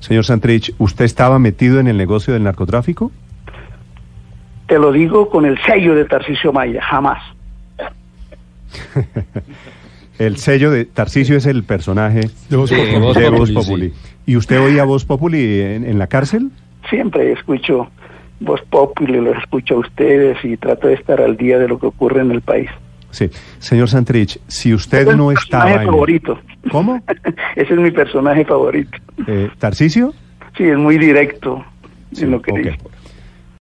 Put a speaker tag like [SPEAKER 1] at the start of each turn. [SPEAKER 1] Señor Santrich, ¿usted estaba metido en el negocio del narcotráfico?
[SPEAKER 2] Te lo digo con el sello de Tarcisio Maya, jamás.
[SPEAKER 1] el sello de Tarcisio es el personaje
[SPEAKER 3] de Voz
[SPEAKER 4] Sí,
[SPEAKER 3] Populi.
[SPEAKER 4] Voz
[SPEAKER 1] de Voz
[SPEAKER 4] Populi,
[SPEAKER 1] Populi.
[SPEAKER 4] sí.
[SPEAKER 1] ¿Y usted oía Voz Populi en, en la cárcel?
[SPEAKER 2] Siempre escucho Voz Populi, los escucho a ustedes y trato de estar al día de lo que ocurre en el país.
[SPEAKER 1] Sí. Señor Santrich, si usted
[SPEAKER 2] Ese
[SPEAKER 1] no
[SPEAKER 2] es mi
[SPEAKER 1] estaba...
[SPEAKER 2] personaje
[SPEAKER 1] en-
[SPEAKER 2] favorito.
[SPEAKER 1] ¿Cómo?
[SPEAKER 2] Ese es mi personaje favorito.
[SPEAKER 1] Eh, ¿Tarcisio?
[SPEAKER 2] Sí, es muy directo
[SPEAKER 1] Sí,
[SPEAKER 2] en lo que
[SPEAKER 1] ok.
[SPEAKER 2] dice.